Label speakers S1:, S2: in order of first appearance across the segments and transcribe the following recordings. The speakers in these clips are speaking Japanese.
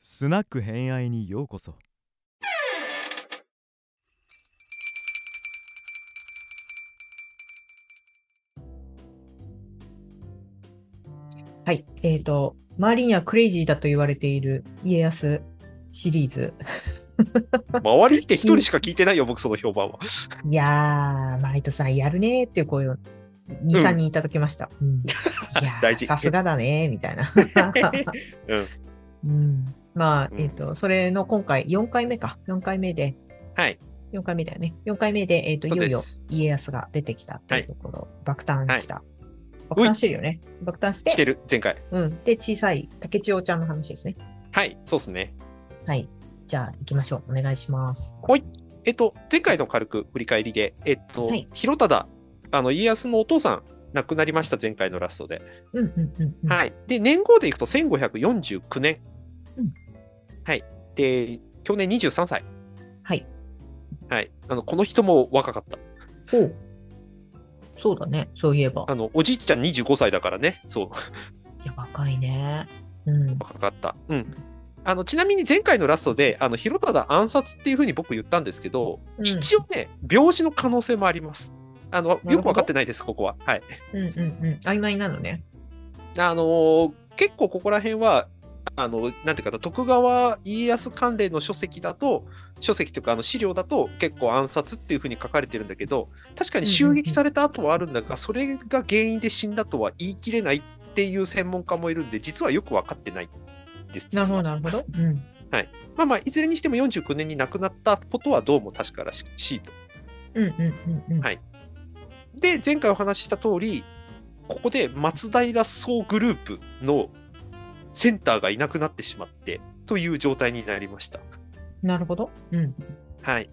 S1: スナック偏愛にようこそ
S2: はい。えっ、と、周りにはクレイジーだと言われている家康シリーズ。
S3: 周りって一人しか聞いてないよ、僕その評判は。
S2: いやー、マイトさんやるねーっていう声を2、3人いただきました。うんいや
S3: 大
S2: ー、
S3: 事
S2: さすがだねーみた いな。うん、まあ、
S3: うん
S2: えっ、と、それの今回4回目か。4回目で、
S3: はい。
S2: 4回目だよね。4回目で、えっ、と、
S3: そ
S2: いうよ
S3: です
S2: いよ家康が出てきたっていうところ、爆誕した。
S3: うい
S2: 爆誕してるよね。爆誕し
S3: 来て
S2: て、
S3: る、前回。
S2: うん。で、小さい竹千代ちゃんの話ですね。
S3: はい、そうですね。
S2: はい。じゃあ、行きましょう。お願いします。
S3: えっと、前回の軽く振り返りで、えっと、
S2: はい
S3: 広忠、あの、家康のお父さん、亡くなりました、前回のラストで。
S2: うんうんうん、うん。
S3: はい。で、年号でいくと1549年。
S2: うん
S3: はい。で、去年23歳。
S2: はい。
S3: はい。あの、この人も若かった。
S2: ほう。そうだね。そういえば
S3: あ。の、おじいちゃん25歳だからね。そう。
S2: いや、若いね。うん。
S3: 若かった。うん。あのちなみに前回のラストで、あの広忠暗殺っていうふうに僕言ったんですけど、
S2: うん
S3: 一応ね、病死の可能性もあります。あの
S2: ど
S3: よく分かってないです、ここは。はい、
S2: うんうんうん。曖昧なのね。
S3: あのー結構ここら辺は、あのなんていうかな、徳川家康関連の書籍だと、書籍というか、あの資料だと、結構暗殺っていうふうに書かれてるんだけど、確かに襲撃された後はあるんだが、それが原因で死んだとは言い切れないっていう専門家もいるんで、実はよく分かってないです。
S2: なるほ
S3: 実
S2: ど、
S3: は
S2: なるほど。うん。
S3: まあまあ、いずれにしても49年に亡くなったことはどうも確からしいと。
S2: うんうんうんうん。
S3: はいで、前回お話しした通り、ここで松平総グループのセンターがいなくなってしまってという状態になりました。
S2: なるほど。うん。
S3: はい。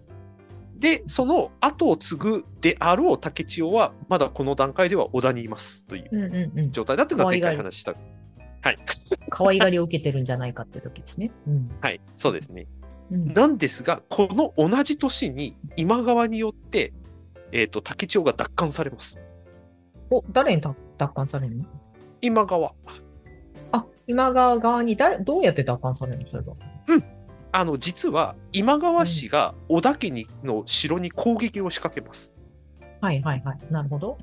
S3: で、その後を継ぐであろう竹千代は、まだこの段階では織田にいますという
S2: うんうんうん。
S3: 状態だというのは前
S2: 可
S3: 回
S2: 愛が
S3: 話した。はい。
S2: 可愛がりを受けてるんじゃないかって時ですね。うん。
S3: はい。そうですね。
S2: うん、
S3: なんですが、この同じ年に今川によって、えっ、と、竹千代が奪還されます。
S2: お、誰に奪奪還されるの
S3: 今川。
S2: あ、今川側に誰、どうやって奪還されるのそれは。
S3: あの実は今川氏が織田家にの城に攻撃を仕掛けます。
S2: はいはいはい。なるほど。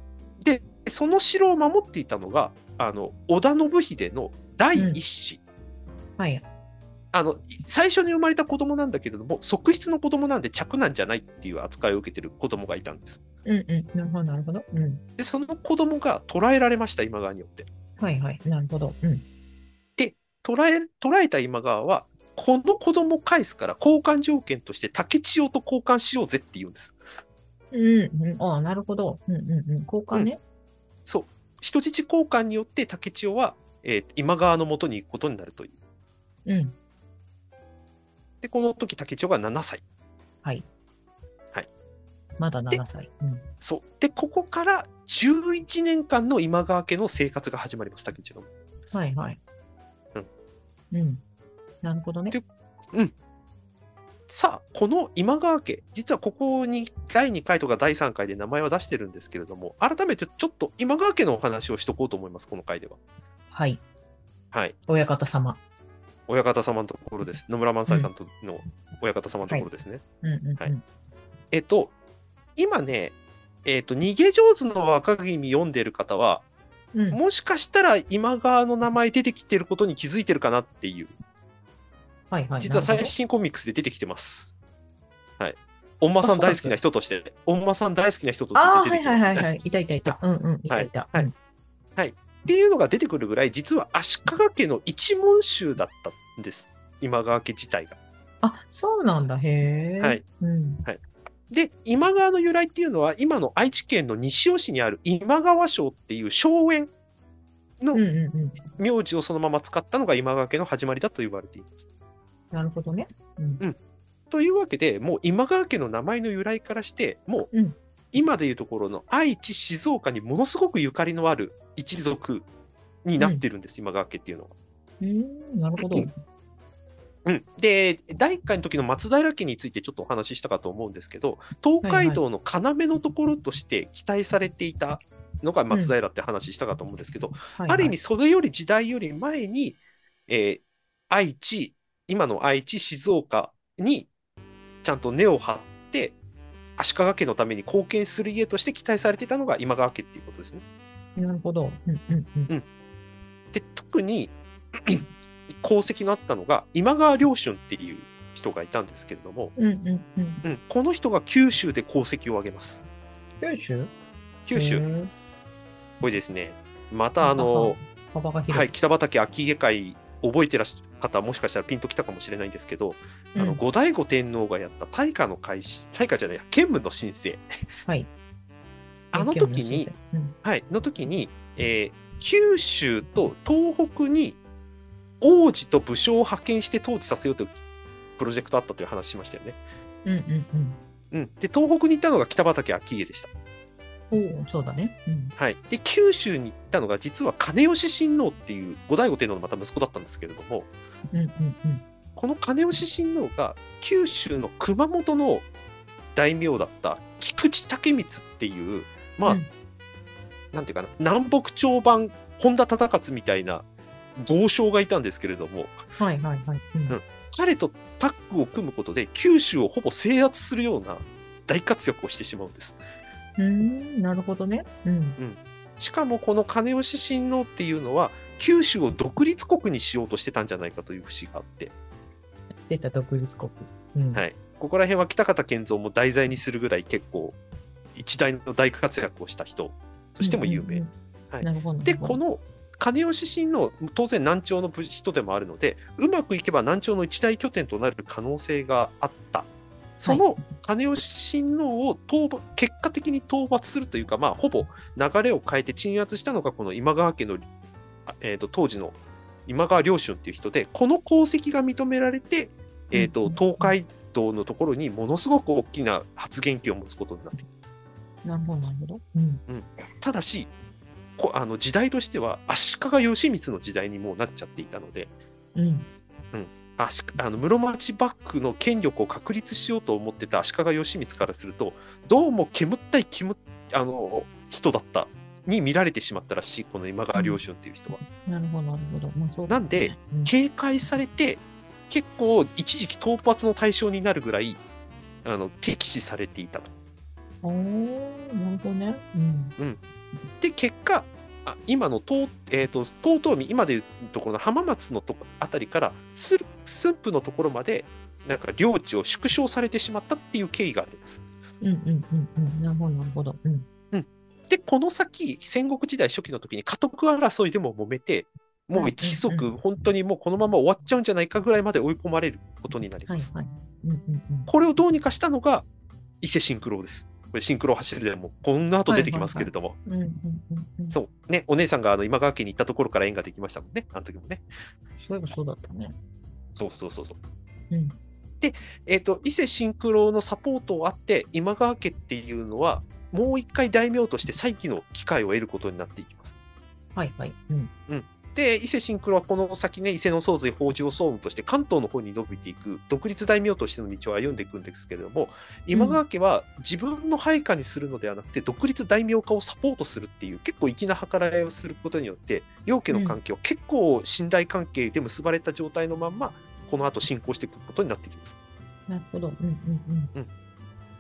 S3: で、その城を守っていたのが、あの織田信秀の第一子、
S2: はい。
S3: あの、最初に生まれた子供なんだけれども、側室の子供なんで嫡男じゃないっていう扱いを受けてる子供がいたんです。
S2: うんうん。なるほど、なるほど。うん。
S3: で、その子供が捕らえられました、今川によって。
S2: はいはい。なるほど。うん。
S3: 捕らえ捕らえた今川は、この子供を返すから交換条件として竹千代と交換しようぜって言うんです。
S2: うんうん。ああ、なるほど。うんうんうん。交換ね。
S3: そう人質交換によって竹千代は、えー今川のもとに行くことになるという。
S2: うん。
S3: で、この時竹千代が7歳。
S2: まだ7歳。うん。
S3: そう。で、ここから11年間の今川家の生活が始まります、竹千代の。
S2: はいはい。うん。なるほどね。
S3: でさあ、この今川家、実はここに第2回とか第3回で名前は出してるんですけれども、改めてちょっと今川家のお話をしとこうと思います、この回では。
S2: はい。
S3: はい。
S2: 親方様。
S3: 親方様のところです。野村萬斎さんとの親方様のところですね。
S2: うんうん、うん。
S3: はいえっと、今ね、えっと、逃げ上手の若君読んでる方は、
S2: うん。
S3: もしかしたら今川の名前出てきてることに気づいてるかなっていう、
S2: はいはい。
S3: 実は
S2: な
S3: 最
S2: るほ
S3: 新コミックスで出てきてます。はい。おんまさん大好きな人として、おんまさん大好きな人と
S2: ど。ああ、
S3: して
S2: はい
S3: 出てきて
S2: はい
S3: ます。
S2: はいは
S3: っ
S2: い。いたいたいた。うんうん。いたいた。
S3: はい
S2: うん
S3: ていうのが出てくるぐらい、実は足利家の一門衆だったんです。今川家自体が。
S2: あ、そうなんだ。へえ。
S3: はい。
S2: うん。
S3: で、今川の由来っていうのは、今の愛知県の西尾市にある今川省っていう荘園の
S2: うんうんうん。
S3: 名字をそのまま使ったのが今川家の始まりだと言われています。
S2: なるほどね。うん。
S3: というわけで、もう今川家の名前の由来からして、もう
S2: うん
S3: 今でいうところの愛知、静岡にものすごくゆかりのある一族になってるんです、今川家っていうのは。
S2: うーんなるほど。
S3: うんうん、で、第1回の時の松平家についてちょっとお話ししたかと思うんですけど、東海道の要のところとして期待されていたのが松平って話したかと思うんですけど、
S2: はいはい
S3: ある意味、それより時代より前に、えー愛知、
S4: 今の愛知、静岡にちゃんと根を張って、足利家のために貢献する家として期待されてたのが今川家っていうことですね。
S2: なるほど。うんうんうん。
S4: で、特に 功績のあったのが、今川良春っていう人がいたんですけれども、
S2: うんうんうん。
S4: うん、この人が九州で功績を上げます。
S2: 九州
S4: 九州、
S2: 州。
S4: これですね、またあの、
S2: 幅が広い。
S4: はい、北畠秋家会、覚えてらっしゃる方、もしかしたらピンときたかもしれないんですけど、あ
S2: う
S4: の
S2: ん
S4: 後醍醐天皇がやった大化の開始、大化じゃないや、建武の申請、
S2: はい。
S4: あの時に、
S2: うん、
S4: はい、の時に、えー九州と東北に王子と武将を派遣して統治させようというプロジェクトあったという話しましたよね。
S2: うんうん
S4: うん、で、東北に行ったのが北畠秋家でした。
S2: うん。おお、そうだね。うん。
S4: はい、で、九州に行ったのが、実は金吉親王っていう後醍醐天皇のまた息子だったんですけれども、
S2: うんうんうん。
S4: この金吉親王が九州の熊本の大名だった菊池武光っていう、まあ、
S2: うん
S4: なんていうかな、南北朝版本田忠勝みたいな豪商がいたんですけれども、
S2: はいはいはい。うん
S4: うん彼とタッグを組むことで九州をほぼ制圧するような大活躍をしてしまうんです。
S2: うーん、なるほどね。うん。
S4: しかもこの金吉親王っていうのは、九州を独立国にしようとしてたんじゃないかという節があって、
S2: 出た独立国。うん。
S4: はい、ここら辺は北方健三も題材にするぐらい結構一大の大活躍をした人としても有名。
S2: うんうんうん
S4: はい
S2: なるほど。
S4: でこ
S2: の、
S4: の金吉親王当然南朝の人でもあるのでうまくいけば南朝の一大拠点となる可能性があったその金吉親王を討伐結果的に討伐するというか、まあ、ほぼ流れを変えて鎮圧したのがこの今川家の、あえー、と当時の今川良春っていう人でこの功績が認められて、えー、
S2: う
S4: と
S2: ん
S4: 東海道のところにものすごく大きな発言権を持つことになって
S2: なるほど、なるほど。うん。
S4: ただし、こあの時代としては足利義満の時代にもうなっちゃっていたので、
S2: うん。
S4: 足あの室町幕府の権力を確立しようと思ってた足利義満からすると、どうも煙ったい煙あの人だったに見られてしまったらしい、この今川良春っていう人は。
S2: なるほど、なるほど。まあ、そう
S4: なんで、
S2: うん
S4: 警戒されて、結構一時期討伐の対象になるぐらいあの敵視されていたと。
S2: おーなるほどね。うん。
S4: で結果あ今の東,、えー、と東東今でいうところの浜松のとこあたりから駿府のところまでなんか領地を縮小されてしまったっていう経緯があります。
S2: うんうんうんうん。なるほど、なるほど。うん。
S4: でこの先戦国時代初期の時に家督争いでも揉めてもう一
S2: うんう
S4: 族本当にもうこのまま終わっちゃうんじゃないかぐらいまで追い込まれることになり
S2: は
S4: ま
S2: い
S4: す。
S2: はい。うんうんうん。
S4: これをどうにかしたのが伊勢シンクロです。これシンクロ走るでもこんな後出てきますけれども、
S2: うんうんうんうん、
S4: そうねお姉さんがあの今川家に行ったところから縁ができましたもんねあの時もね。
S2: そういえばそうだったね。
S4: そうそうそうそう。
S2: うん
S4: で、えーと、伊勢シンクロのサポートあって、今川家っていうのは、もう一回大名として再起の機会を得ることになっていきます。
S2: はいはい。うん。
S4: で、伊勢シンクロはこの先ね、伊勢の宗髄北条総務として関東の方に伸びていく、独立大名としての道を歩んでいくんですけれども、今川家は自分の配下にするのではなくて、独立大名化をサポートするっていう、結構粋な計らいをすることによって、両家の関係を結構信頼関係で結ばれた状態のまんま、この後進行していくことになってきます。
S2: なるほど。うんうん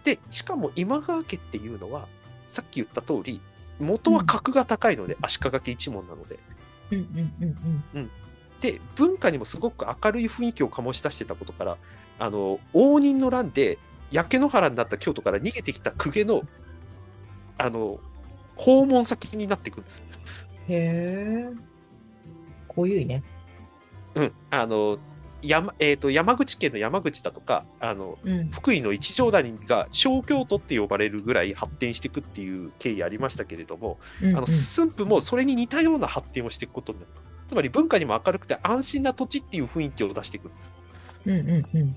S4: でしかも今川家っていうのはさっき言った通り元は格が高いので、足利家一門なので
S2: うん。うんうんうんうん。
S4: で文化にもすごく明るい雰囲気を醸し出してたことからあの応仁の乱で焼け野原になった京都から逃げてきた公家のあの訪問先になっていくんです。
S2: へえ。こういうね。
S4: うん、あの山えー、と山口県の山口だとかあの
S2: うん。
S4: 福井の一条谷が小京都って呼ばれるぐらい発展していくっていう経緯ありましたけれども、
S2: うん
S4: あの駿府もそれに似たような発展をしていくことになる。つまり文化にも明るくて安心な土地っていう雰囲気を出していくんです。
S2: うんうんうん。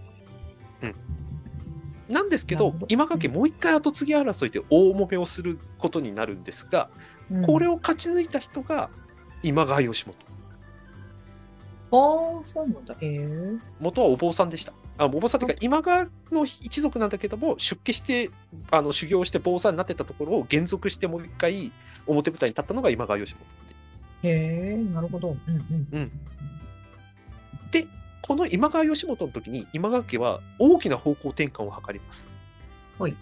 S4: なんですけ
S2: な
S4: ど
S2: るほど、
S4: 今川家もう一回後継ぎ争いで大揉めをすることになるんですが、
S2: うん
S4: これを勝ち抜いた人が今川義元。
S2: ああ、そうなんだ。へえ。
S4: 元はお坊さんでした。あお坊さんというか、今川の一族なんだけども、出家して、あの修行して坊さんになってたところを還俗して、もう一回表舞台に立ったのが今川義元っていう
S2: へえ、なるほど。うんうん。
S4: うんこの今川義元の時に今川家は大きな方向転換を図ります。
S2: はい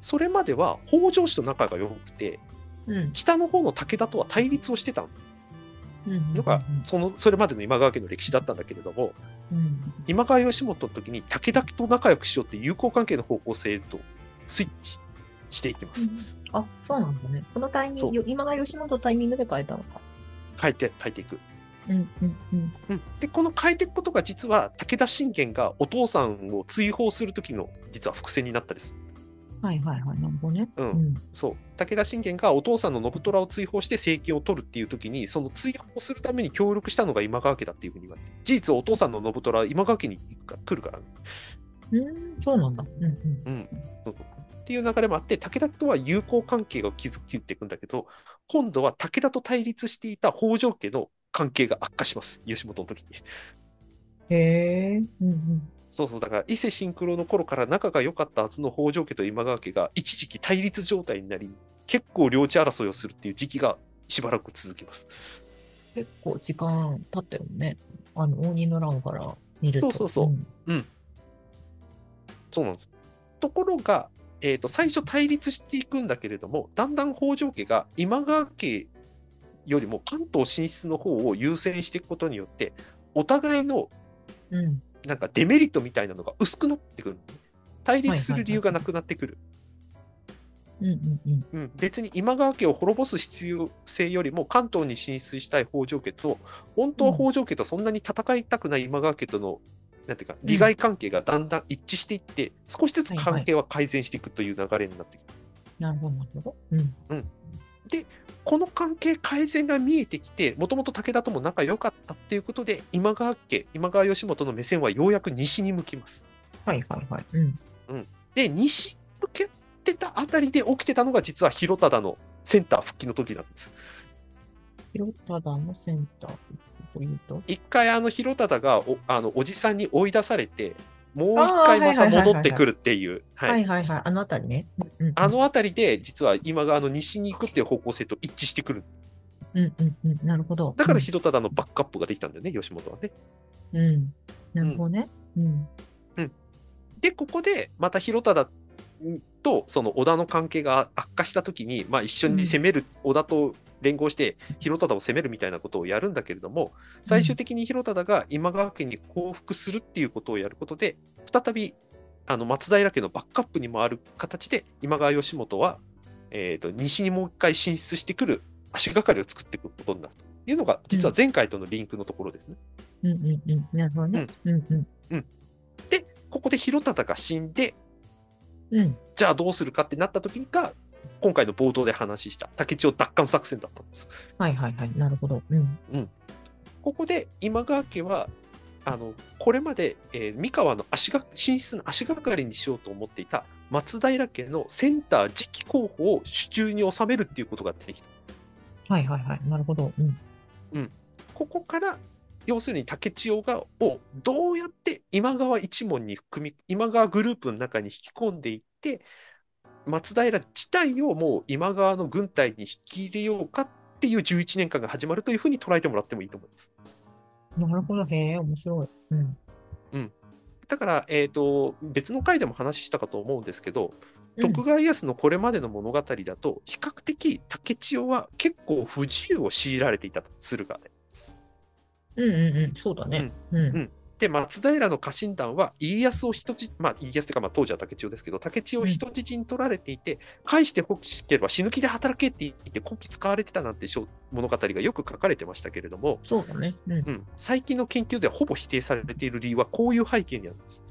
S4: それまでは北条氏と仲が良くて
S2: うん。
S4: 北の方の武田とは対立をしてた
S2: うん。
S4: のがそのそれまでの今川家の歴史だったんだけれども
S2: うん。
S4: 今川義元の時に武田と仲良くしようっていう友好関係の方向性へとスイッチしていきます。
S2: あ、そうなんだね。このタイミング、今が吉本タイミングで変えたのか。
S4: 変えて変えていく。
S2: うんうんうん。
S4: うん、でこの変えていくことが実は武田信玄がお父さんを追放する時の実は伏線になったです。
S2: はいはいはい。なるほどね。
S4: うん
S2: ん。
S4: そう武田信玄がお父さんの信虎を追放して政権を取るっていう時にその追放するために協力したのが今川家だっていうふうに言われて事実お父さんの信虎は今川家に行くか来るから、ね、
S2: うん、そうなんだ。うんうん。
S4: そうそうっていう流れもあって武田とは友好関係が築いていくんだけど今度は武田と対立していた北条家の関係が悪化します吉本の時に。
S2: へえ。うんうん。
S4: そうそうだから伊勢シンクロの頃から仲が良かったはずの北条家と今川家が一時期対立状態になり結構領地争いをするっていう時期がしばらく続きます。
S2: 結構時間経ったよね。あの、応仁の乱から見ると。
S4: そうそうそうそうなんです。ところが、えー、と最初対立していくんだけれども、だんだん北条家が今川家よりも関東進出の方を優先していくことによって、お互いの
S2: うん。うん。
S4: なんかデメリットみたいなのが薄くなってくる。対立する理由がなくなってくる。
S2: うんうんうん。
S4: うん、別に今川家を滅ぼす必要性よりも関東に進出したい北条家と、本当は北条家とそんなに戦いたくない今川家との、なんていうか、利害関係がだんだん一致していって、少しずつ関係は改善していくという流れになってくる。
S2: なるほど、なるほど。うん。
S4: この関係改善が見えてきて、もともと武田とも仲良かったっていうことで、今川家、今川義元の目線はようやく西に向きます。
S2: はいはいはい。うん。
S4: で、西に向けてたあたりで起きてたのが、実は広忠のセンター復帰の時なんです。
S2: 広田のセンターというと。
S4: 一回、あの広忠がおあのおじさんに追い出されて、もう
S2: あー
S4: 一回また
S2: はいはいはいはい
S4: 戻ってくるっていう、はい
S2: はいはいはい。あのあたりね。うんうん。
S4: あのあたりで、実は今川の西に行くっていう方向性と一致してくる。
S2: うんうんうん。なるほど。
S4: だから
S2: うん
S4: 広忠のバックアップができたんだよね、吉本はね。
S2: うん。なるほどね。うん。
S4: で、ここでまた広忠とその織田の関係が悪化したときに、まあ、一緒に攻める、織田と連合して広忠を攻めるみたいなことをやるんだけれども、最終的に広忠が今川家に降伏するっていうことをやることで、再びあの松平家のバックアップに回る形で、今川義元は、えー、と西にもう一回進出してくる足がかりを作っていくことになるというのが、実は前回とのリンクのところですね。
S2: うんうんうん。なるほどね。うんうん。
S4: ここで広忠が死んで、
S2: うん。
S4: じゃあどうするかってなった時が、今回の冒頭で話した竹千代奪還作戦だったんです。
S2: はいはいはい。なるほど。うん。
S4: ここで今川家は、あのこれまで、えー三河の足が進出の足がかりにしようと思っていた松平家のセンター次期候補を手中に収めるっていうことができた。
S2: はいはいはい。なるほど。うん。
S4: ここから要するに竹千代がをどうやって今川一門に組み今川グループの中に引き込んでいって松平自体をもう今川の軍隊に引き入れようかっていう11年間が始まるというふうに捉えてもらってもいいと思います。
S2: なるほど。へえ、面白い。うん。
S4: だから、えー、と別の回でも話したかと思うんですけど、徳川家康のこれまでの物語だと比較的竹千代は結構不自由を強いられていたと駿河で。
S2: うんうんうん。そうだね。うん。
S4: で松平の家臣団は家康を人質、まあ、家康というか、まあ、当時は竹千代ですけど竹千代を人質に取られていて、返してほしければ死ぬ気で働けって言ってこき使われてたなんて小物語がよく書かれてましたけれども、
S2: そうだね。うん。
S4: うん、最近の研究ではほぼ否定されている理由はこういう背景にあるんです。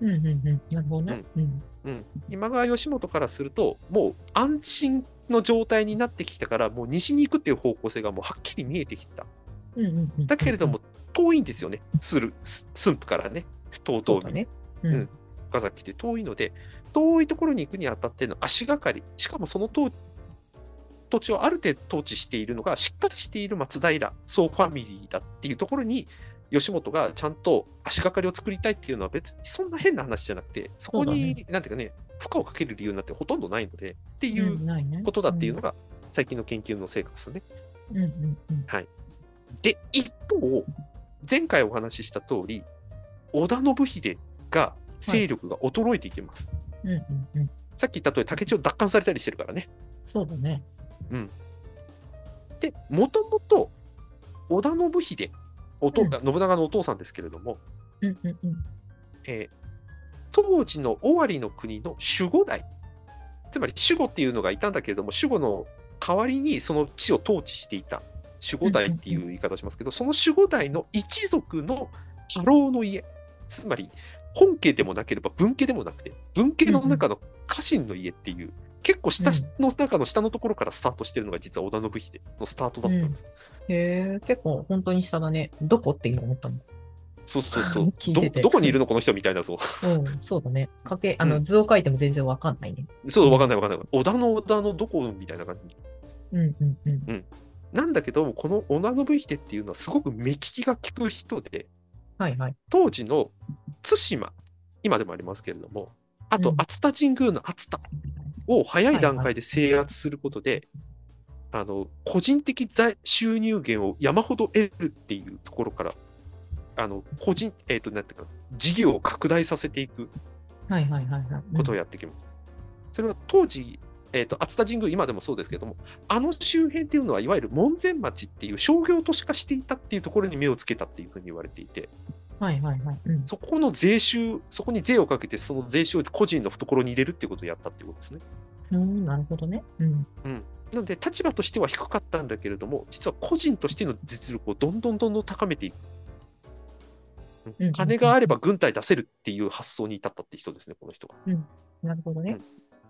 S2: うんうんうん。なるほどね。うん。
S4: うん、今川義元からするともう安心の状態になってきたからもう西に行くっていう方向性がもうはっきり見えてきた。
S2: うんうんうん。
S4: だけれども、遠いんですよね、するす駿府からね、遠
S2: そ
S4: 々
S2: う
S4: に
S2: だ。ね。うん。
S4: 岡崎って遠いので、遠いところに行くにあたっての足がかり、しかもその当土地をある程度統治しているのが、しっかりしている松平総ファミリーだっていうところに、吉本がちゃんと足がかりを作りたいっていうのは、別にそんな変な話じゃなくて、そこ
S2: そう
S4: に、
S2: だ
S4: なんていうかね、負荷をかける理由なんてほとんどないのでってい
S2: うん
S4: う
S2: ないね。
S4: ことだっていうのが、最近の研究の成果ですね。
S2: うんうんうん。
S4: で、一方、前回お話しした通り、織田信秀が勢力が衰えていきます。
S2: うんうんうん。
S4: さっき言った通り、竹千代奪還されたりしてるからね。
S2: そうだね。
S4: で、もともと織田信秀、おと
S2: うん
S4: 信長のお父さんですけれども、
S2: うんうんうん。
S4: えー当時の尾張の国の守護代、つまり守護っていうのがいたんだけれども、守護の代わりにその地を統治していた守護代っていう言い方をしますけど、その守護代の一族の家老の家、つまり本家でもなければ文家でもなくて、文家の中の家臣の家っていう、結構下の中の下のところからスタートしてるのが実は織田信秀のスタートだったんです。
S2: へえ、結構本当に下だね。どこって今思ったの。
S4: そうそうそ う
S2: 聞い
S4: ど
S2: てて
S4: どこにいるのこの人みたいなそう
S2: うん、そうだね。かけ、あ
S4: う
S2: の、
S4: ん
S2: 図を書いても全然わかんないね。
S4: そうわかんないわかんない織田の織田のどこみたいな感じ
S2: うんうんうん。
S4: なんだけども、この織田信秀っていうのはすごく目利きが利く人で、
S2: はいはい。
S4: 当時の対馬、今でもありますけれども、あ
S2: う
S4: と
S2: ん
S4: 熱田神宮の熱田を早い段
S2: はいは
S4: 階で制圧することで、あの個人的財収入源を山ほど得るっていうところから、あの個人、えっ、と、なんていうか、事業を拡大させていく
S2: はいはいはいはい。
S4: ことをやってきます。それは当時、えー、と熱田神宮、今でもそうですけども、あの周辺っていうのは、いわゆる門前町っていう商業都市化していたっていうところに目をつけたっていうふうに言われていて、
S2: はいはいはい。うん。
S4: そこの税収、そこに税をかけて、その税収を個人の懐に入れるっていうことをやったっていうことですね。
S2: うん、なるほどね。うん。
S4: なので、立場としては低かったんだけれども、実は個人としての実力をどんどんどんどん高めていく。
S2: うん
S4: 金があれば軍隊出せるっていう発想に至ったって人ですね、この人は。
S2: なるほどね。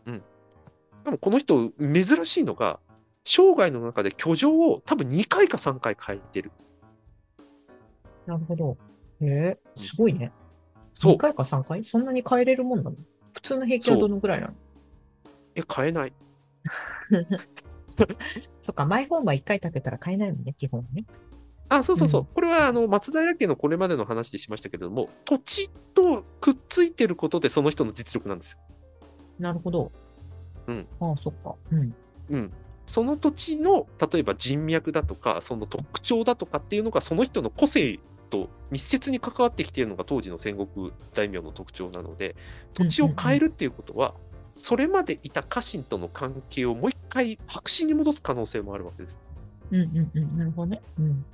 S4: でもこの人、珍しいのが、生涯の中で居城を多分2回か3回変えてる。
S2: なるほど。へえ、すごいね。
S4: そう
S2: 2。回か3回そんなに変えれるもんなの普通の平均はどのくらいなの
S4: え、変えない。
S2: そっか、マイホームは1回建てたら変えないもんね、基本ね。
S4: あ、そうそうそう。
S2: うん
S4: これはあの松平家のこれまでの話でしましたけれども、土地とくっついてることでその人の実力なんですよ。
S2: なるほど。
S4: うん。
S2: ああ、そっか。うん。
S4: うん。その土地の、例えば人脈だとか、その特徴だとかっていうのが、その人の個性と密接に関わってきているのが当時の戦国大名の特徴なので、土地を変えるっていうことは、それまでいた家臣との関係をもう一回白紙に戻す可能性もあるわけです。
S2: うんうんうん。なるほどね。うん。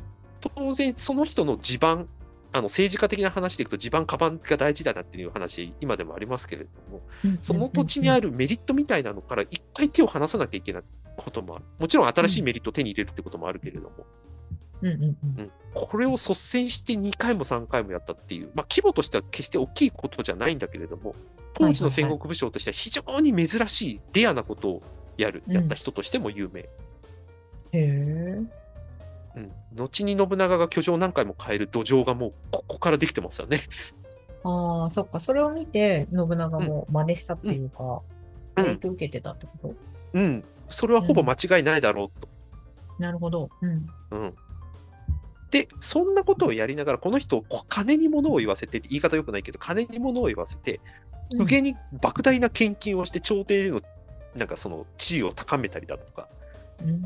S4: 当然その人の地盤あの政治家的な話でいくと地盤カバンが大事だなっていう話今でもありますけれどもその土地にあ
S2: る。
S4: るメリットみたいなのから一回手を離さなきゃいけないこともあるもちろん新しいメリットを手に入れるってこともあるけれども、
S2: うんうんうん。
S4: うん、これを率先して2回も3回もやったっていう、まあ、規模としては決して大きいことじゃないんだけれども当時の戦国武将としては非常に珍しいレアなことをやる
S2: うん
S4: やった人としても有名、
S2: へえ。
S4: うん、後に信長が居城を何回も変える土壌がもうここからできてますよね。
S2: ああ、そっか。それを見て、信長も真似したっていうか、
S4: うん
S2: 影響受けてたってこと
S4: うん、それはほぼ間違いないだろうと。
S2: なるほど。うん。
S4: うんで、そんなことをやりながら、この人、こ金に物を言わせて、言い方よくないけど、金に物を言わせて、無限に莫大な献金をして、朝廷でのなんかその地位を高めたりだとか、
S2: うん。うん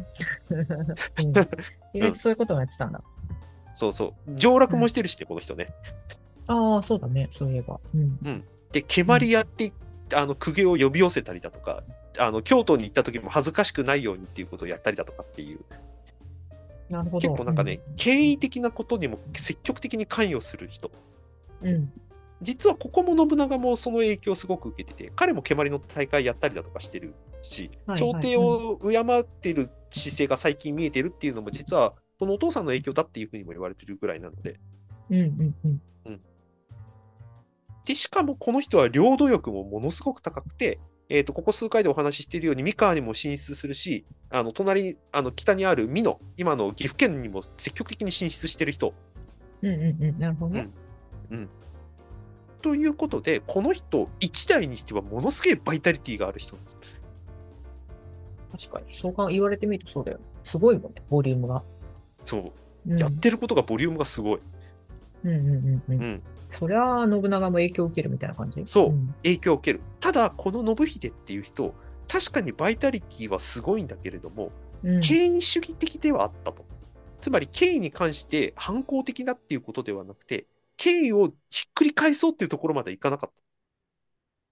S2: 意外とそういうこともやってたんだ。
S4: そうそう、上洛もしてるしね、この人ね。
S2: ああ、そうだね。そういえば。うん。
S4: で、蹴鞠やって、あの公家を呼び寄せたりだとか、あの京都に行った時も恥ずかしくないようにっていうことをやったりだとかっていう、
S2: なるほど。
S4: 結構なんかね、権威的なことにも積極的に関与する人。
S2: うん。うん。
S4: 実はここも信長もその影響をすごく受けてて彼も蹴鞠の大会やったりだとかしてるし、
S2: はい
S4: 朝廷を敬ってる姿勢が最近見えてるっていうのも実はこのお父さんの影響だっていうふうにも言われてるぐらいなので
S2: うんうんうん。
S4: でしかもこの人は領土欲もものすごく高くて、えー、とここ数回でお話ししているように三河にも進出するしあの隣にあの北にある美濃今の岐阜県にも積極的に進出してる人
S2: うんうんうん。なるほどね。
S4: ということでこの人一代にしてはものすげえバイタリティがある人なんです。
S2: 確かに。そうか言われてみるとそうだよ。すごいもんね、ボリュームが。
S4: そう
S2: うん、
S4: やってることがボリュームがすごい。
S2: うんうんうんう。
S4: うんん、
S2: そりゃあ、信長も影響を受けるみたいな感じ
S4: そうん影響を受ける。ただ、この信秀っていう人、確かにバイタリティはすごいんだけれども、
S2: うん。
S4: 権威主義的ではあったと。つまり権威に関して反抗的だっていうことではなくて、権威をひっくり返そうっていうところまでいかなかっ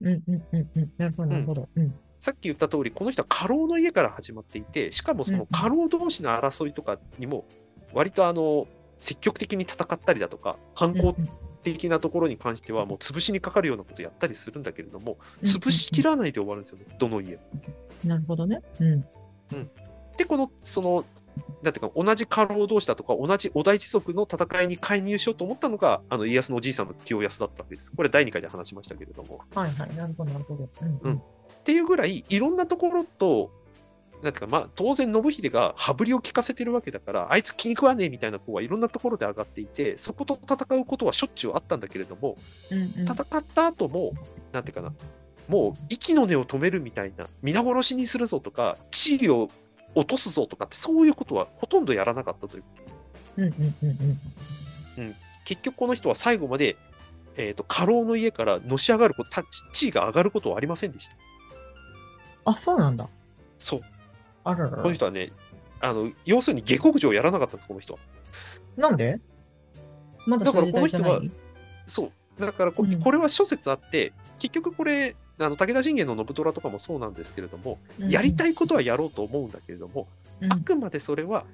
S2: うんうんうんうん。なるほど、なるほど。うん。
S4: た。さっき言った通り、この人は過労の家から始まっていて、しかもその過労同士の争いとかにも、割とあの積極的に戦ったりだとか、反抗的なところに関しては、もう潰しにかかるようなことやったりするんだけれども、潰しき
S2: ら
S4: らないで終わるんですよね、どの家も。
S2: なるほどね。うん。
S4: で、この、その、なんていうか、同じ家老同士だとか、同じ織田一族の戦いに介入しようと思ったのが、あの、家康のおじいさんの清康だったわけです。これ、第2回で話しましたけれども。
S2: はいはい。なるほど、なるほど。う
S4: うんん。っていうぐらい、いろんなところと、なんていうか、まあ、当然、信秀が羽振りを利かせてるわけだから、あいつ気に食わねえみたいな子はいろんなところで上がっていて、そこと戦うことはしょっちゅうあったんだけれども、
S2: うんうん。
S4: 戦った後も、なんていうかな、もう息の根を止めるみたいな、皆殺しにするぞとか、地位を落とすぞとかって、そういうことはほとんどやらなかったという。
S2: うんうんうんうん。
S4: 結局、この人は最後まで、えー、と過労の家からのし上がること、た地位が上がることはありませんでした。
S2: あ、そうなんだ。
S4: そう、
S2: あらら
S4: この
S2: ら。
S4: 人はね、あの要するに下克上をやらなかったんです、この人は。
S2: なんでまだ
S4: だ
S2: そ
S4: か
S2: う
S4: ら
S2: いう時代じゃない
S4: このそう。だからこ、
S2: うん
S4: これは諸説あって、結局これ、あの武田信玄の信虎とかもそうなんですけれども、やりた
S2: い。
S4: いことはやろうと思うんだけれども、
S2: うん
S4: あくまでそれは、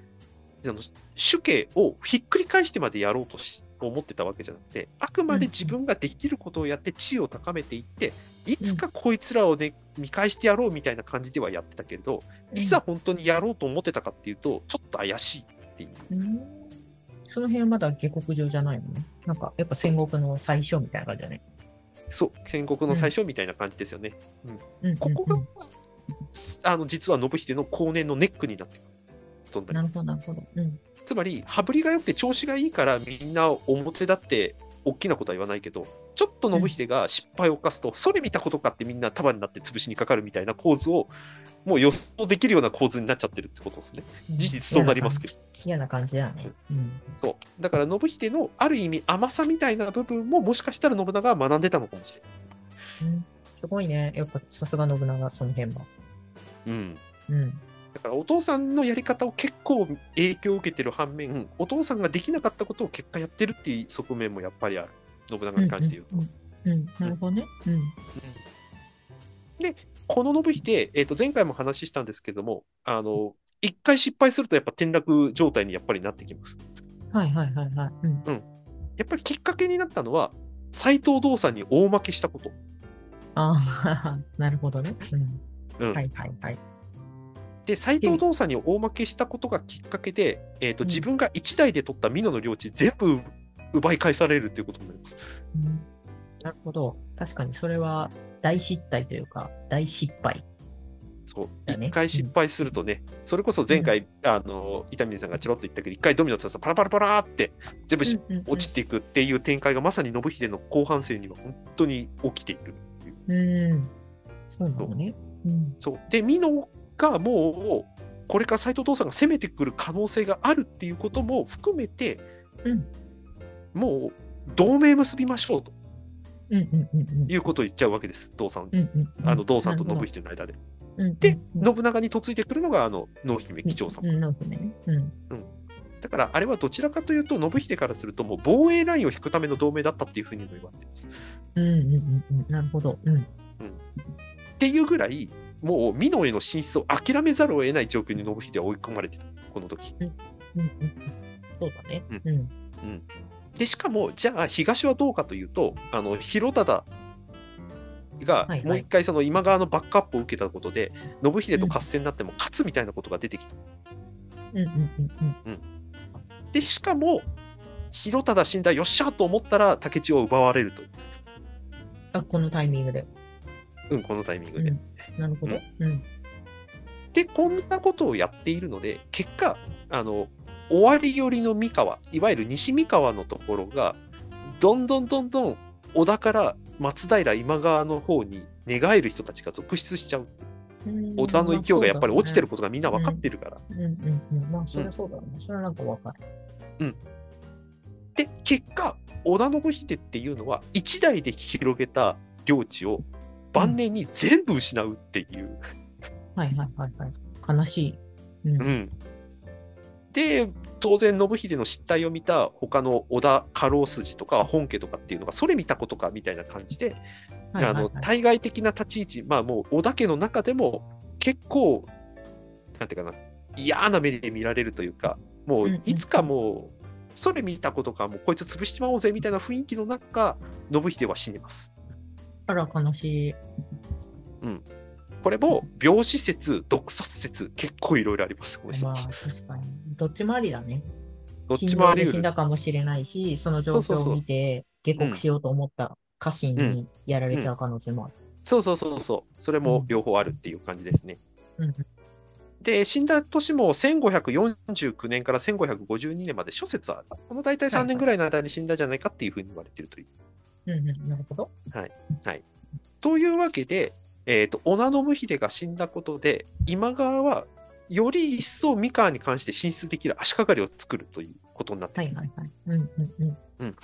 S4: あの主家をひっくり返してまでやろうとし思ってたわけじゃなくて、あくまで自分ができることをやって地位を高めていって、いつかこいつらを、ね、見返してやろうみたいな感じではやってたけれど、いざ。本当にやろうと思ってたかっていうと、ちょっと怪しいっていう。
S2: うんその辺はまだ下克上じゃないのね。なんか、やっぱ戦国の最初みたいな感じだね。
S4: そう、戦国の最初みたいな感じですよね。
S2: うんうんうん
S4: ここが、あの実は信秀の後年のネックになってくることになります
S2: なるほど、なるほど。うん。
S4: つまり、羽振りが良くて調子がいいから、みんな表立って大きなことは言わないけど、ちょっと信秀が失敗を犯すと、それ見たことかってみんな束になって潰しにかかるみたいな構図を、もう予想できるような構図になっちゃってるってことですね。事実そうなりますけど。
S2: 嫌な感じ嫌な感じだよね。うん。
S4: そう。だから、信秀のある意味甘さみたいな部分も、もしかしたら信長は学んでたのかもしれ
S2: うんすごいね。やっぱさすが信長、その辺は。
S4: ない。うん。
S2: うん。
S4: だから、お父さんのやり方を結構影響を受けてる反面、お父さんができなかったことを結果やってるっていう側面もやっぱりある。信長に関して言うと。
S2: うん。うん、なるほどね。うん。
S4: この信秀、えー、と前回も話したんですけども、あの一回失敗するとやっぱ転落状態にやっぱりなってきます。
S2: はいはいはいはい。うん。
S4: やっぱりきっかけになったのは、斎藤道さんに大負けしたこと。
S2: ああ、 なるほどね。うん。
S4: うん
S2: はいはいはい。
S4: で、斎藤道さんに大負けしたことがきっかけで、えー、と
S2: うん
S4: 自分が1台で取った美濃の領地、全部奪い返されるということになります。
S2: うんなるほど。確かにそれは大失態というか、大失敗。
S4: そう
S2: だね
S4: 一回失敗するとね、それこそ前回、あの伊丹さんがちょろっと言ったけど、一回ドミノってさ、パラパラパラーって、全部し
S2: うんうんうん
S4: 落ちていくっていう展開がまさに信秀の後半戦には本当に起きている。
S2: うん。そうなのね。うん。
S4: そうで、美濃がもう、これから斎藤道さんが攻めてくる可能性があるっていうことも含めて、
S2: うん
S4: もう同盟結びましょうと
S2: うんうんうんうん。
S4: いうことを言っちゃうわけです、道さん。
S2: うんうんうん
S4: あの道さんと
S2: なるほ
S4: 信
S2: ど
S4: 秀の間で。
S2: うんうんうん
S4: で、信長に嫁いでくるのが、あの、濃姫貴長さん。
S2: うん、なるほどね。うん。
S4: だから、あれはどちらかというと、信秀からすると、もう防衛ラインを引くための同盟だったっていうふうにも言われてます。
S2: うんうんうんうん。なるほど。うん。
S4: っていうぐらい、もう美濃への進出を諦めざるを得ない状況に信秀は追い込まれてた、この時
S2: うんうんうんそうだね。
S4: うん
S2: うん。
S4: で、しかも、じゃあ、東はどうかというと、あの広忠が
S2: はいはい
S4: もう一回、その今川のバックアップを受けたことで、信秀と合戦になっても勝つみたいなことが出てきた。
S2: うんうんうんうん。
S4: で、しかも、広忠死んだ、よっしゃと思ったら、竹千代を奪われると、
S2: あ、このタイミングで。
S4: うん、このタイミングで。
S2: うんなるほど。うん。
S4: で、こんなことをやっているので、結果、あの終わり寄りの三河、いわゆる西三河のところが、どんどんどんどん織田から松平今川の方に寝返る人たちが続出しちゃう。
S2: うん
S4: 織田の勢いがやっぱり落ちてる。ことがみんな分かってるから。
S2: まあそうだねうんうんうん。まあ、それはそうだろうね。それはなんかわかる。
S4: で、結果、織田信秀っていうのは、一代で広げた領地を晩年に全部失うっていう。
S2: はいはいはいはい。悲しい。
S4: う
S2: う。
S4: んんで、当然信秀の失態を見た他の織田家老筋とか本家とかっていうのがそれ見たことかみたいな感じで、
S2: はいはいは
S4: あ
S2: い
S4: の対外的な立ち位置、まあ、もう織田家の中でも結構、なんていうかな、嫌な目で見られるというか、も
S2: うんう
S4: うんいつかもう、それ見たことか、もうこいつ潰しちまおうぜみたいな雰囲気の中、信秀は死にます。
S2: あら、悲しい。
S4: これも、病死説、毒殺説、結構いろいろあります、この人
S2: まあ、確かに。どっちもありだね。
S4: どっちもあり
S2: 死んだ死んだかもしれないし、その状
S4: そうそう
S2: 況
S4: そう
S2: を見て、下
S4: うん
S2: 克しようと思った家臣にやられちゃう可能性もある。
S4: そうそうそうそう、それも両方あるっていう感じですね。
S2: うん
S4: で、死んだ年も1549年から1552年まで諸説ある。この大体3年ぐらいの間に死んだんじゃないかっていうふうに言われてるという。
S2: うんうん、なるほど。
S4: というわけで、えー、と織田信秀が死んだことで、今川はより一層三河に関して進出できる足掛かりを作るということになって
S2: は
S4: る
S2: いはいはい。うんうんうん。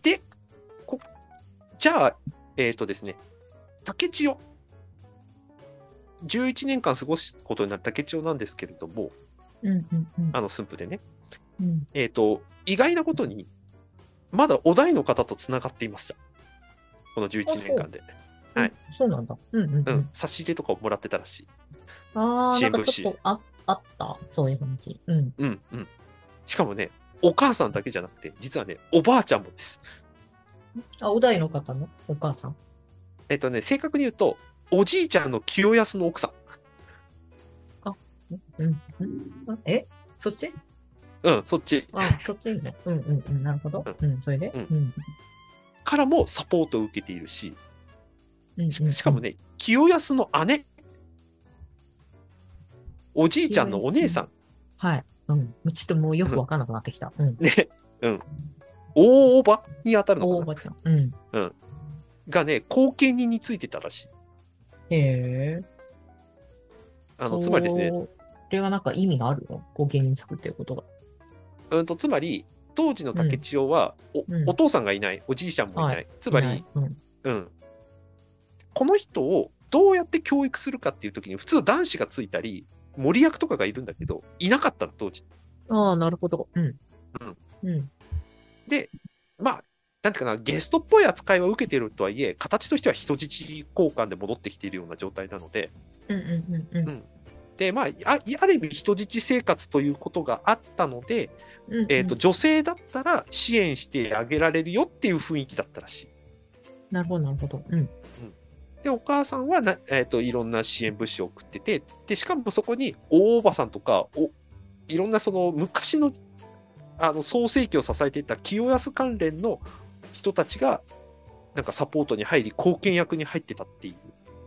S4: で、こじゃあ、えっ、とですね、竹千代。11年間過ごすことになる竹千代なんですけれども、
S2: うんうんうん
S4: あの駿府でね、
S2: うん。
S4: えっ、と、意外なことに、まだお題の方とつながっていました。この11年間で。はい
S2: そうなんだ。うんうん
S4: う
S2: うん
S4: ん、。差し入れとかをもらってたらしい。
S2: ああ、なんか
S4: CMC
S2: ちょっとああった、そういう話。うん。
S4: うん、うん。しかもね、お母さんだけじゃなくて、実はね、おばあちゃんもです。
S2: あ、お題の方のお母さん。
S4: えっ、とね、正確に言うと、おじいちゃんの清康の奥さん。
S2: うん。うんえそっち
S4: うん、そっち
S2: あ、そっちね。うんうんうん。なるほど。うん、それで。
S4: うん
S2: うん
S4: からもサポートを受けているし、
S2: うん。
S4: ししかも
S2: ね、
S4: ね、清康の姉、おじいちゃんのお姉さん、
S2: はい。うん。ちょっともうよくわかんなくなってきた。うん。
S4: ね、うん、大おばに当たる
S2: お
S4: の
S2: お
S4: かな
S2: ばちゃん。うん。
S4: がね、後見人についてたらしい。
S2: へえ。
S4: あのつまりですね
S2: それはなんか意味があるの後見人作ってることが。
S4: うん、とつまり、当時の竹千代はお、
S2: うん
S4: お父さんがいない、おじいちゃんもいない、
S2: は
S4: つまり、
S2: ないうん。
S4: うん、この人をどうやって教育するかっていうときに、普通男子がついたり、森役とかがいるんだけど、いなかったの、当時。
S2: ああ、なるほど。うん。うん。
S4: まあ、なんていうかな、ゲストっぽい扱いは受けてるとはいえ、形としては人質交換で戻ってきているような状態なので、
S2: うんうんうんうん。
S4: で、まあ、あある意味人質生活ということがあったので、
S2: うんうん
S4: えーと、女性だったら支援してあげられるよっていう雰囲気だったらしい。
S2: なるほど、なるほど。うん。
S4: で、お母さんはな、えーといろんな支援物資を送ってて、で、しかもそこに大おばさんとか、おいろんなその昔のあの創世記を支えていた清安関連の人たちが、なんかサポートに入り、貢献役に入ってたっていう。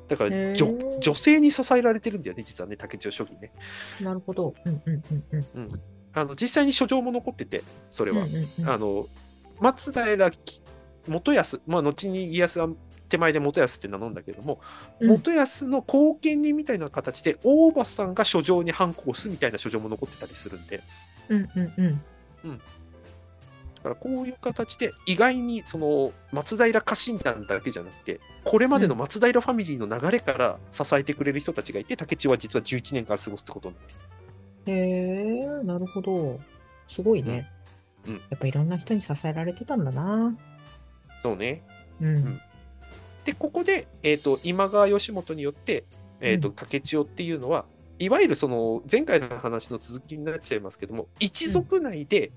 S4: だか
S2: へ
S4: ら
S2: ー
S4: 女、女性に支えられてるんだよね、実はね、竹千代将棋ね。
S2: なるほど。うんうんうんうん。
S4: あの実際に書状も残ってて、それは。
S2: うんうんうん
S4: あの松平き元康、まあ、後に家康は手前で元康って名乗るんだけれども、
S2: うん
S4: 元康の後見人みたいな形で、大場さんが書状に反抗すみたいな書状も残ってたりするんで、だ
S2: うんうんうん。
S4: からこういう形で、意外にその松平家臣団だけじゃなくて、これまでの松平ファミリーの流れから支えてくれる人たちがいて、竹千代は実は11年間過ごすってことになってる
S2: へえ、なるほど。すごいね。
S4: うんうん
S2: やっぱいろんな人に支えられてたんだな。
S4: そうね。
S2: うん。
S4: んで、ここで、えー、と今川義元によって、えーと
S2: うん
S4: 竹千代っていうのは、いわゆるその前回の話の続きになっちゃいますけども、一族内で、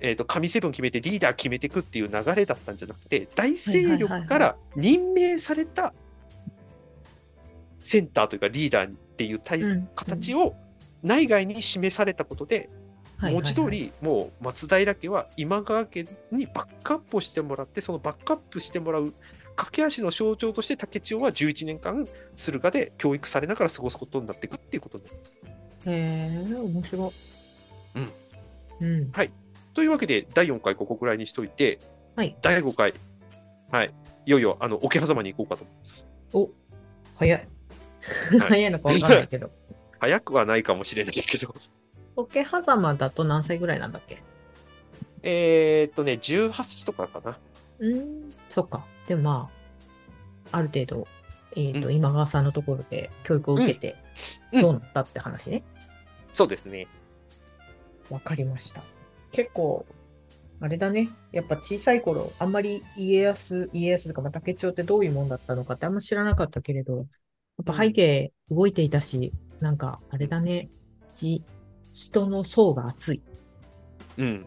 S4: えー、と神セブン決めてリーダー決めていくっていう流れだったんじゃなくて、大勢力から任命されたセンターというかリーダーっていう体
S2: うん
S4: 形を内外に示されたことで、文字通。り、もう松平家は今川家にバックアップをしてもらって、そのバックアップしてもらう駆け足の象徴として、竹千代は11年間、駿河で教育されながら過ごすことになっていくっていうことになります。
S2: へえ、面白い。
S4: うん。
S2: うん。
S4: というわけで、第4回ここぐらいにしといて、
S2: はい
S4: 第5回、はい、いよいよあの桶狭間に行こうかと思います。
S2: お早い。
S4: い
S2: 早いのかわかんないけど。
S4: 早くはないかもしれないけど、
S2: 桶狭間だと何歳ぐらいなんだっけ
S4: えーっとね、18歳とかかな。
S2: うん。そっか。でもまあ、ある程度、えっ、と、
S4: う
S2: 今川さんのところで教育を受けて、
S4: うん
S2: どうなったって話ね。
S4: そうですね。
S2: わかりました。結構、あれだね。やっぱ小さい頃、あんまり家康、家康とか、まあ、竹町ってどういうもんだったのかってあんま知らなかったけれど、やっぱ背景動いていたし、なんかあれだね。じ、人の層が厚い
S4: うん。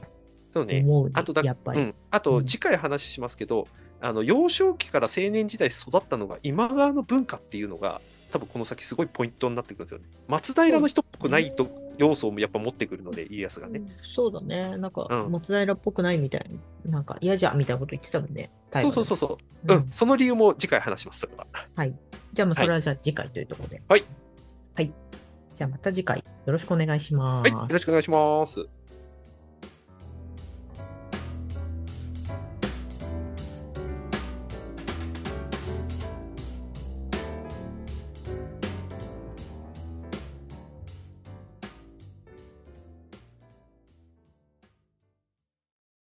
S4: そう
S2: と
S4: ね。
S2: 思うね、
S4: あとだ
S2: やっぱり。
S4: うん、あ
S2: う
S4: と
S2: ん
S4: 次回話しますけど、あの幼少期から青年時代育ったのが今川の文化っていうのが多分この先すごいポイントになってくるんですよね。松平の人っぽくないと要素もやっぱ持ってくるので家康がね。
S2: そうだね。なんか、
S4: うん
S2: 松平っぽくないみたいな。なんか嫌じゃみたいなこと言ってたもんね。大
S4: そう
S2: 河
S4: そう
S2: で
S4: そうそう、うん。その理由も次回話します。それは
S2: じゃあ、まあ、それはじゃあ次回というところで。
S4: はい。
S2: はい。じゃあ、また次回、よろしくお願いしま
S4: はい、
S2: す。
S4: よろしくお願いします。